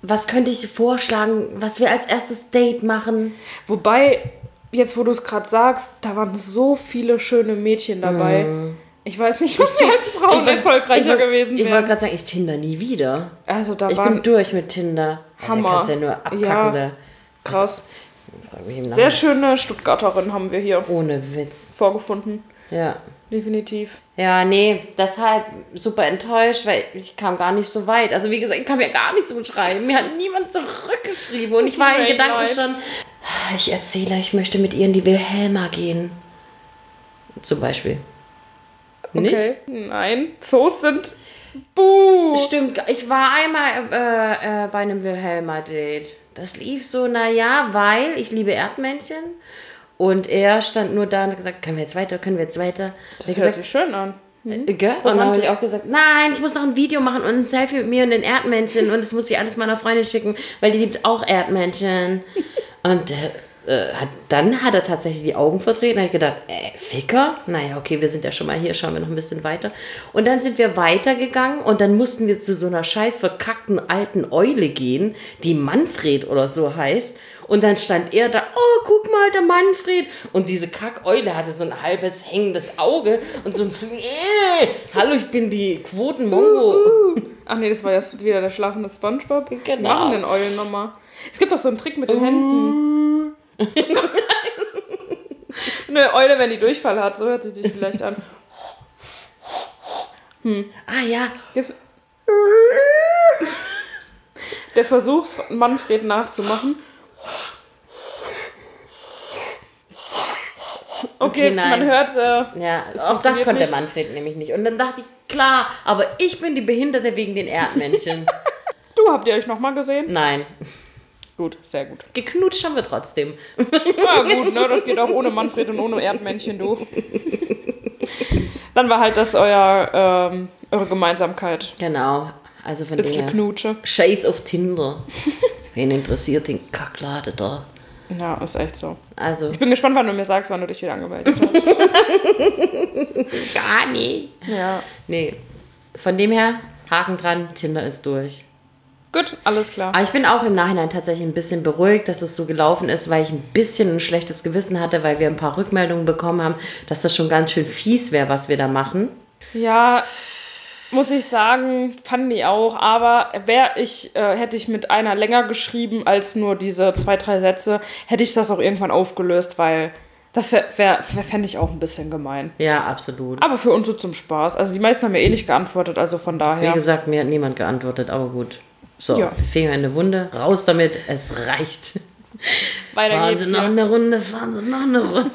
Speaker 2: was könnte ich vorschlagen, was wir als erstes Date machen.
Speaker 1: Wobei, jetzt wo du es gerade sagst, da waren so viele schöne Mädchen dabei. Ich weiß nicht, ob wir als Frauen erfolgreicher
Speaker 2: Mhm. ich, woll-
Speaker 1: gewesen
Speaker 2: Ich wollte
Speaker 1: wären.
Speaker 2: gerade sagen, ich Tinder nie wieder.
Speaker 1: Also da
Speaker 2: Ich bin
Speaker 1: waren
Speaker 2: durch mit Tinder.
Speaker 1: Hammer.
Speaker 2: Also, da kannst du ja nur abkackende. Also-
Speaker 1: krass.
Speaker 2: Frag mich im Namen.
Speaker 1: Sehr schöne Stuttgarterinnen haben wir hier
Speaker 2: Ohne Witz.
Speaker 1: vorgefunden.
Speaker 2: Ja.
Speaker 1: Definitiv.
Speaker 2: Ja, nee, deshalb super enttäuscht, weil ich kam gar nicht so weit. Also wie gesagt, ich kam ja gar nicht zum Schreiben. Mir hat niemand zurückgeschrieben und ich war in
Speaker 1: Tut mir
Speaker 2: Gedanken
Speaker 1: leid.
Speaker 2: schon, ich erzähle, ich möchte mit ihr in die Wilhelma gehen. Zum Beispiel.
Speaker 1: Okay. Nein, Zoos sind. Buh.
Speaker 2: Nicht? Stimmt, ich war einmal äh, äh, bei einem Wilhelma-Date. Das lief so, naja, weil ich liebe Erdmännchen Und er stand nur da und hat gesagt, können wir jetzt weiter, können wir jetzt weiter?
Speaker 1: Das
Speaker 2: ich
Speaker 1: hört
Speaker 2: gesagt,
Speaker 1: sich schön an.
Speaker 2: äh, gell? Und dann habe ich auch gesagt, nein, ich muss noch ein Video machen und ein Selfie mit mir und den Erdmännchen und das muss ich alles meiner Freundin schicken, weil die liebt auch Erdmännchen. und äh, äh, hat, dann hat er tatsächlich die Augen verdreht und hat gedacht, äh, Ficker? Naja, okay, wir sind ja schon mal hier, schauen wir noch ein bisschen weiter. Und dann sind wir weitergegangen und dann mussten wir zu so einer scheiß verkackten alten Eule gehen, die Manfred oder so heißt. Und dann stand er da, oh, guck mal, der Manfred. Und diese Kackeule hatte so ein halbes hängendes Auge und so ein, äh, hallo, ich bin die Quotenmongo.
Speaker 1: Ach nee, das war jetzt wieder der schlafende Spongebob.
Speaker 2: Genau.
Speaker 1: Machen den Eulen nochmal. Es gibt doch so einen Trick mit den Händen. Eine Eule, wenn die Durchfall hat, so hört sich die vielleicht an.
Speaker 2: Ah ja,
Speaker 1: Gibt's- Der Versuch, Manfred nachzumachen. Okay,
Speaker 2: Okay, nein.
Speaker 1: man hört. Äh,
Speaker 2: Ja,
Speaker 1: es
Speaker 2: auch das
Speaker 1: funktioniert
Speaker 2: konnte
Speaker 1: nicht.
Speaker 2: Manfred nämlich nicht. Und dann dachte ich, klar, aber ich bin die Behinderte wegen den Erdmännchen.
Speaker 1: Du habt ihr euch nochmal gesehen?
Speaker 2: Nein,
Speaker 1: Gut, sehr gut.
Speaker 2: geknutscht haben wir trotzdem.
Speaker 1: Ja, gut, ne? Das geht auch ohne Manfred und ohne Erdmännchen, du. Dann war halt das euer, ähm, eure Gemeinsamkeit.
Speaker 2: Genau, also von dem
Speaker 1: Bisschen
Speaker 2: her.
Speaker 1: Knutsche.
Speaker 2: Scheiß auf Tinder. Wen interessiert den Kacklade da?
Speaker 1: Ja, ist echt so.
Speaker 2: Also
Speaker 1: Ich bin gespannt, wann du mir sagst, wann du dich wieder angemeldet hast.
Speaker 2: gar nicht.
Speaker 1: ja.
Speaker 2: Nee, von dem her, Haken dran, Tinder ist durch.
Speaker 1: Gut, alles klar.
Speaker 2: Aber ich bin auch im Nachhinein tatsächlich ein bisschen beruhigt, dass es so gelaufen ist, weil ich ein bisschen ein schlechtes Gewissen hatte, weil wir ein paar Rückmeldungen bekommen haben, dass das schon ganz schön fies wäre, was wir da machen.
Speaker 1: Ja, muss ich sagen, fand ich auch. Aber wär ich, äh, hätte ich mit einer länger geschrieben als nur diese zwei, drei Sätze, hätte ich das auch irgendwann aufgelöst, weil das wäre, wär, wär, fände ich auch ein bisschen gemein.
Speaker 2: Ja, absolut.
Speaker 1: Aber für uns so zum Spaß. Also die meisten haben ja eh nicht geantwortet, also von
Speaker 2: Wie
Speaker 1: daher.
Speaker 2: gesagt, mir hat niemand geantwortet, aber gut. So,
Speaker 1: Ja.
Speaker 2: Finger in die Wunde, raus damit, es reicht.
Speaker 1: Weiter
Speaker 2: Fahren
Speaker 1: geht's.
Speaker 2: Sie noch
Speaker 1: Ja. Ne?
Speaker 2: eine Runde, fahren Sie noch eine Runde.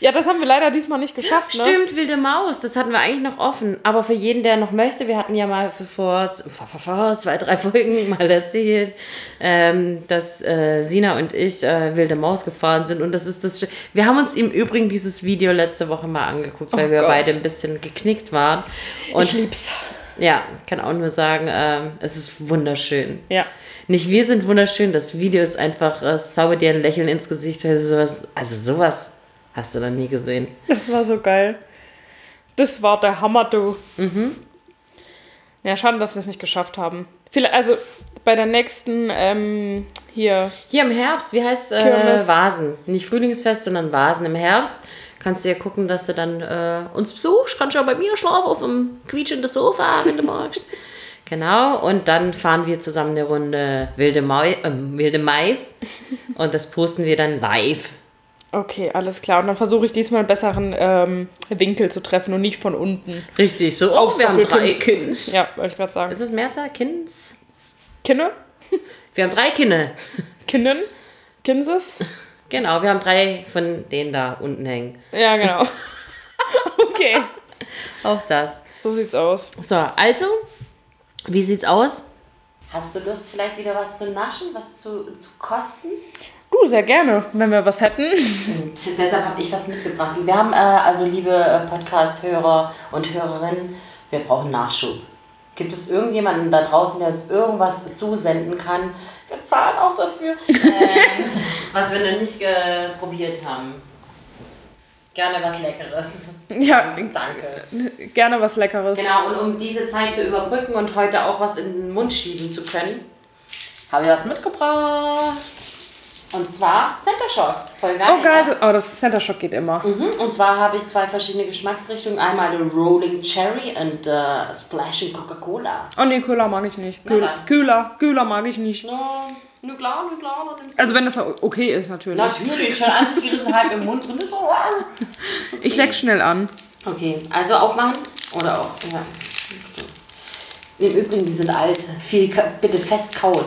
Speaker 1: ja, das haben wir leider diesmal nicht geschafft, ne?
Speaker 2: Stimmt, wilde Maus, das hatten wir eigentlich noch offen. Aber für jeden, der noch möchte, wir hatten ja mal für vor, vor, vor, vor zwei, drei Folgen mal erzählt, ähm, dass äh, Sina und ich äh, wilde Maus gefahren sind. Und das ist das. Sch- Wir haben uns im Übrigen dieses Video letzte Woche mal angeguckt, weil
Speaker 1: Oh
Speaker 2: wir
Speaker 1: Gott.
Speaker 2: beide ein bisschen geknickt waren. Und
Speaker 1: Ich lieb's.
Speaker 2: ja, kann auch nur sagen, ähm, es ist wunderschön.
Speaker 1: Ja.
Speaker 2: Nicht wir sind wunderschön, das Video ist einfach, äh, sauber dir ein Lächeln ins Gesicht, weil sowas, also sowas hast du noch nie gesehen.
Speaker 1: Das war so geil. Das war der Hammer, du. Mhm. Ja, schade, dass wir es nicht geschafft haben. Viele, also bei der nächsten, ähm, hier,
Speaker 2: Hier im Herbst, wie heißt äh,
Speaker 1: Kirmes.
Speaker 2: Vasen? Nicht Frühlingsfest, sondern Vasen im Herbst. Kannst du ja gucken, dass du dann äh, uns besuchst. Kannst ja bei mir schlafen auf dem quietschenden Sofa, wenn du magst. Genau, und dann fahren wir zusammen eine Runde wilde, Mau äh, wilde Mais und das posten wir dann live.
Speaker 1: okay, alles klar. Und dann versuche ich diesmal einen besseren ähm, Winkel zu treffen und nicht von unten.
Speaker 2: Richtig, so, oh,
Speaker 1: Aufs
Speaker 2: wir haben drei
Speaker 1: Doppelkins.
Speaker 2: Kinds.
Speaker 1: Ja, wollte ich gerade sagen.
Speaker 2: Ist es Mehrzahl? Kinds?
Speaker 1: Kinne?
Speaker 2: Wir haben drei Kinder.
Speaker 1: Kinnen? Kinses?
Speaker 2: Genau, wir haben drei von denen da unten hängen.
Speaker 1: Ja, genau. okay,
Speaker 2: Auch das.
Speaker 1: so sieht's aus.
Speaker 2: So, also, wie sieht's aus? Hast du Lust, vielleicht wieder was zu naschen, was zu, zu kosten?
Speaker 1: Du, sehr gerne, wenn wir was hätten.
Speaker 2: Und deshalb habe ich was mitgebracht. Wir haben äh, also, liebe äh, Podcast-Hörer und Hörerinnen, wir brauchen Nachschub. Gibt es irgendjemanden da draußen, der uns irgendwas zusenden kann? Wir zahlen auch dafür, ähm, was wir noch nicht äh, probiert haben. Gerne was Leckeres.
Speaker 1: Ja.
Speaker 2: Danke.
Speaker 1: Gerne was Leckeres.
Speaker 2: Genau, und um diese Zeit zu überbrücken und heute auch was in den Mund schieben zu können, habe ich was mitgebracht. Und zwar Center Shocks. Voll geil.
Speaker 1: Oh geil,
Speaker 2: ne?
Speaker 1: oh, das Center Shock geht immer.
Speaker 2: Mhm, Und zwar habe ich zwei verschiedene Geschmacksrichtungen. Einmal die Rolling Cherry und äh, Splashing Coca-Cola.
Speaker 1: Oh nee, Kühler mag ich nicht.
Speaker 2: Nein,
Speaker 1: Kühl,
Speaker 2: nein.
Speaker 1: Kühler, Kühler mag ich nicht.
Speaker 2: Oh, Nur klar, nur klar.
Speaker 1: Also wenn das okay ist, natürlich.
Speaker 2: Natürlich, schon angegriffen, halb im Mund drin ist.
Speaker 1: Ich leck schnell an.
Speaker 2: Okay, also aufmachen oder auch. Ja. Im Übrigen, die sind alt. Viel ka- bitte fest kauen.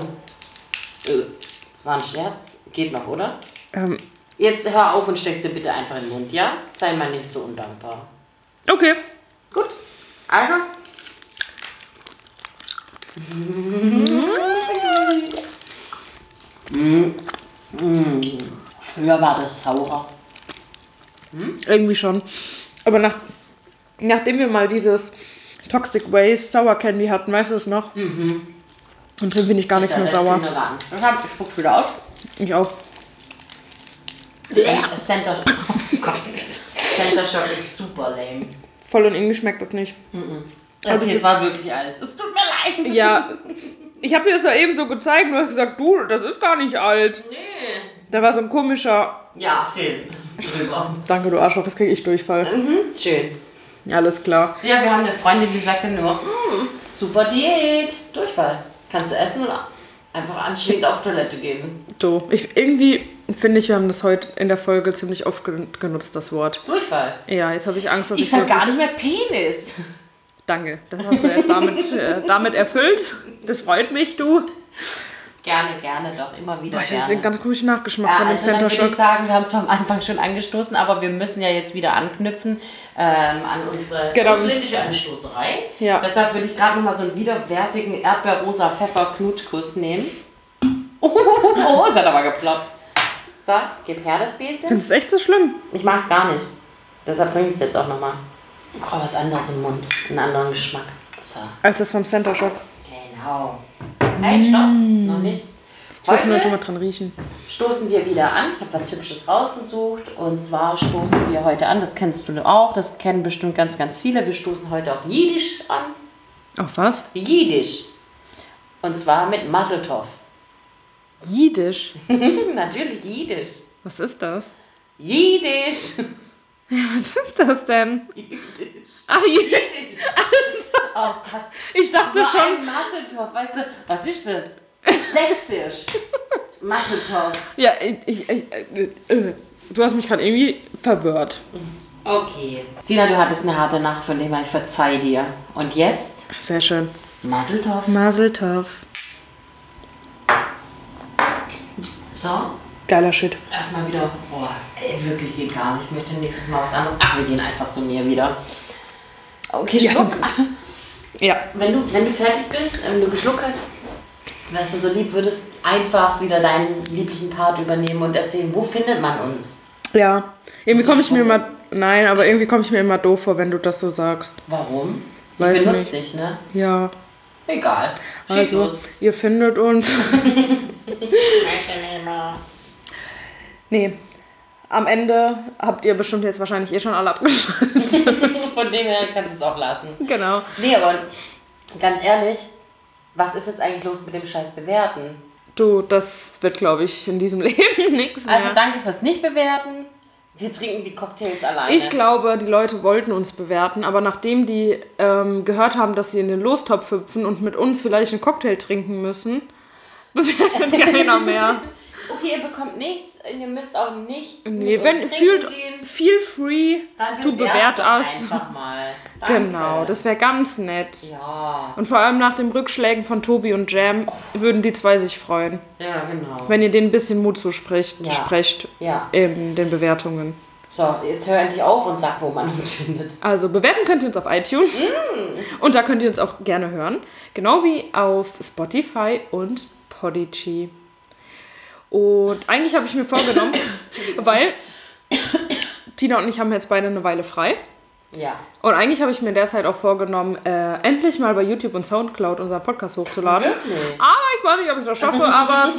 Speaker 2: Äh, Das war ein Scherz. Geht noch, oder?
Speaker 1: Ähm,
Speaker 2: Jetzt hör auf und steck sie bitte einfach in den Mund, ja? Sei mal nicht so undankbar.
Speaker 1: okay.
Speaker 2: Gut. Also. Mhm. Mm. Mm.
Speaker 3: Früher war das saurer.
Speaker 1: Irgendwie schon. Aber nach, nachdem wir mal dieses Toxic Waste Sour Candy hatten, weißt du es noch? Mhm. Und dann bin ich gar nichts mehr
Speaker 2: das
Speaker 1: sauer.
Speaker 2: ging mir gar nicht. Ich hab- ich spuck's wieder aus.
Speaker 1: Ich auch.
Speaker 2: Center, oh Gott. Center Shock ist super lame.
Speaker 1: Voll und irgendwie schmeckt das nicht.
Speaker 2: Okay, es war wirklich alt. Es tut mir leid.
Speaker 1: Ja. Ich habe dir das ja eben so gezeigt und hab gesagt, du, das ist gar nicht alt.
Speaker 2: Nee.
Speaker 1: Da war so ein komischer,
Speaker 2: Ja, Film. Drüber.
Speaker 1: danke du Arschloch, das kriege ich
Speaker 2: Äh.
Speaker 1: Durchfall.
Speaker 2: Schön.
Speaker 1: Ja, alles klar.
Speaker 2: Ja, wir haben eine Freundin, die sagte nur, "Mm, super Diät. Durchfall. Kannst du essen und einfach anschließend auf Toilette gehen.
Speaker 1: So, ich, irgendwie finde ich, wir haben das heute in der Folge ziemlich oft gen- genutzt, das Wort.
Speaker 2: Durchfall.
Speaker 1: Ja, jetzt habe ich Angst, dass
Speaker 2: Ich sag
Speaker 1: wirklich-
Speaker 2: gar nicht mehr Penis.
Speaker 1: Danke, das hast du jetzt damit, äh, damit erfüllt. Das freut mich, du.
Speaker 2: Gerne, gerne, doch. Immer wieder
Speaker 1: Boah, ich habe
Speaker 2: gerne.
Speaker 1: einen ganz komischen Nachgeschmack
Speaker 2: Ja,
Speaker 1: von dem
Speaker 2: also dann
Speaker 1: Center
Speaker 2: würde ich
Speaker 1: Shock.
Speaker 2: sagen, wir haben zwar am Anfang schon angestoßen, aber wir müssen ja jetzt wieder anknüpfen ähm, an unsere
Speaker 1: Genau.
Speaker 2: künstlerische Anstoßerei.
Speaker 1: Ja.
Speaker 2: Deshalb würde ich gerade nochmal so einen widerwärtigen erdbeerrosa Pfeffer-Knutschkuss nehmen. Oh, es hat aber geploppt. So, gib her das Bäschen.
Speaker 1: Findest du echt so schlimm?
Speaker 2: Ich mag es gar nicht. Deshalb trinke ich es jetzt auch nochmal. Oh, was anderes im Mund. Einen anderen Geschmack. So.
Speaker 1: Als das vom Center Shock.
Speaker 2: Genau. Hey, stopp. Noch nicht.
Speaker 1: Mm. Ich wollte nur schon mal dran riechen.
Speaker 2: stoßen wir wieder an. Ich habe was Hübsches rausgesucht. Und zwar stoßen wir heute an. Das kennst du auch. Das kennen bestimmt ganz, ganz viele. Wir stoßen heute auf Jiddisch an.
Speaker 1: Auf was?
Speaker 2: Jiddisch. Und zwar mit Masseltoff.
Speaker 1: Jiddisch.
Speaker 2: Natürlich Jiddisch.
Speaker 1: Was ist das?
Speaker 2: Jiddisch.
Speaker 1: Was ist das denn?
Speaker 2: Jiddisch.
Speaker 1: Ach, Jiddisch.
Speaker 2: Oh Gott.
Speaker 1: Ich dachte
Speaker 2: Nur
Speaker 1: schon.
Speaker 2: ein Masseltoff. Weißt du, was ist das? Sächsisch. Masseltoff.
Speaker 1: Ja, ich, ich, ich, äh, du hast mich gerade irgendwie verwirrt.
Speaker 2: Okay. Sina, du hattest eine harte Nacht, von dem her ich verzeih dir. Und jetzt?
Speaker 1: Sehr schön.
Speaker 2: Masseltoff.
Speaker 1: Maseltoff.
Speaker 2: So,
Speaker 1: Geiler Shit.
Speaker 2: Erstmal wieder, boah, ey, wirklich geht gar nicht. Ich möchte nächstes Mal was anderes. Ach, wir gehen einfach zu mir wieder. Okay, Schluck.
Speaker 1: Ja.
Speaker 2: Wenn, du, wenn du fertig bist, ähm, du geschluckt hast, wärst du so lieb, würdest einfach wieder deinen lieblichen Part übernehmen und erzählen, wo findet man uns?
Speaker 1: Ja. Irgendwie komme ich mir
Speaker 2: schlimm.
Speaker 1: immer. Nein, aber irgendwie komme ich mir immer doof vor, wenn du das so sagst.
Speaker 2: Warum? Ich
Speaker 1: Weiß
Speaker 2: benutze dich, ne?
Speaker 1: Ja.
Speaker 2: Egal. Schieß
Speaker 1: Also,
Speaker 2: los.
Speaker 1: ihr findet uns. nee. Am Ende habt ihr bestimmt jetzt wahrscheinlich eh schon alle abgeschaltet.
Speaker 2: Von dem her kannst du es auch lassen.
Speaker 1: genau.
Speaker 2: Nee, aber ganz ehrlich, was ist jetzt eigentlich los mit dem Scheiß Bewerten?
Speaker 1: Du, das wird, glaube ich, in diesem Leben nichts mehr.
Speaker 2: Also danke fürs Nicht-Bewerten. Wir trinken die Cocktails alleine.
Speaker 1: ich glaube, die Leute wollten uns bewerten, aber nachdem die ähm, gehört haben, dass sie in den Lostopf hüpfen und mit uns vielleicht einen Cocktail trinken müssen, bewertet keiner mehr.
Speaker 2: Okay, ihr bekommt nichts, ihr müsst auch nichts
Speaker 1: Nee,
Speaker 2: mit
Speaker 1: wenn
Speaker 2: uns
Speaker 1: fühlt,
Speaker 2: trinken gehen.
Speaker 1: feel free
Speaker 2: Dann
Speaker 1: to
Speaker 2: bewertet
Speaker 1: bewert
Speaker 2: doch
Speaker 1: us.
Speaker 2: Einfach mal. Danke.
Speaker 1: Genau, das wäre ganz nett.
Speaker 2: ja,
Speaker 1: Und vor allem nach den Rückschlägen von Tobi und Jam würden die zwei sich freuen,
Speaker 2: ja, genau.
Speaker 1: wenn ihr denen ein bisschen Mut zusprecht
Speaker 2: Ja.
Speaker 1: sprecht
Speaker 2: Ja,
Speaker 1: in den Bewertungen.
Speaker 2: so, jetzt hör endlich auf und sag, wo man uns findet.
Speaker 1: Also bewerten könnt ihr uns auf iTunes
Speaker 2: Mm.
Speaker 1: und da könnt ihr uns auch gerne hören, genau wie auf Spotify und Podigy. Und eigentlich habe ich mir vorgenommen, weil Tina und ich haben jetzt beide eine Weile frei.
Speaker 2: Ja,
Speaker 1: Und eigentlich habe ich mir derzeit auch vorgenommen, äh, endlich mal bei YouTube und Soundcloud unseren Podcast hochzuladen.
Speaker 2: Wirklich?
Speaker 1: Aber ich weiß nicht, ob ich das schaffe, aber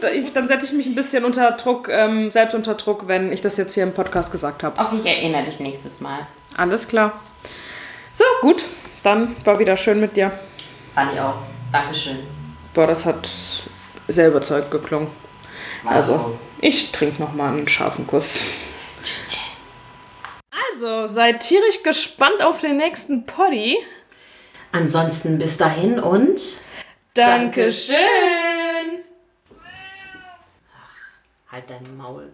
Speaker 1: da- ich- dann setze ich mich ein bisschen unter Druck, ähm, selbst unter Druck, wenn ich das jetzt hier im Podcast gesagt habe.
Speaker 2: okay, ich erinnere dich nächstes Mal.
Speaker 1: Alles klar. So, gut. Dann war wieder schön mit dir.
Speaker 2: Fand ich auch. Dankeschön.
Speaker 1: Boah, das hat sehr überzeugt geklungen.
Speaker 2: War's
Speaker 1: Also, ich trinke nochmal einen scharfen Kuss. Also, seid tierisch gespannt auf den nächsten Poddy.
Speaker 2: Ansonsten bis dahin und
Speaker 1: Dankeschön.
Speaker 2: halt dein Maul.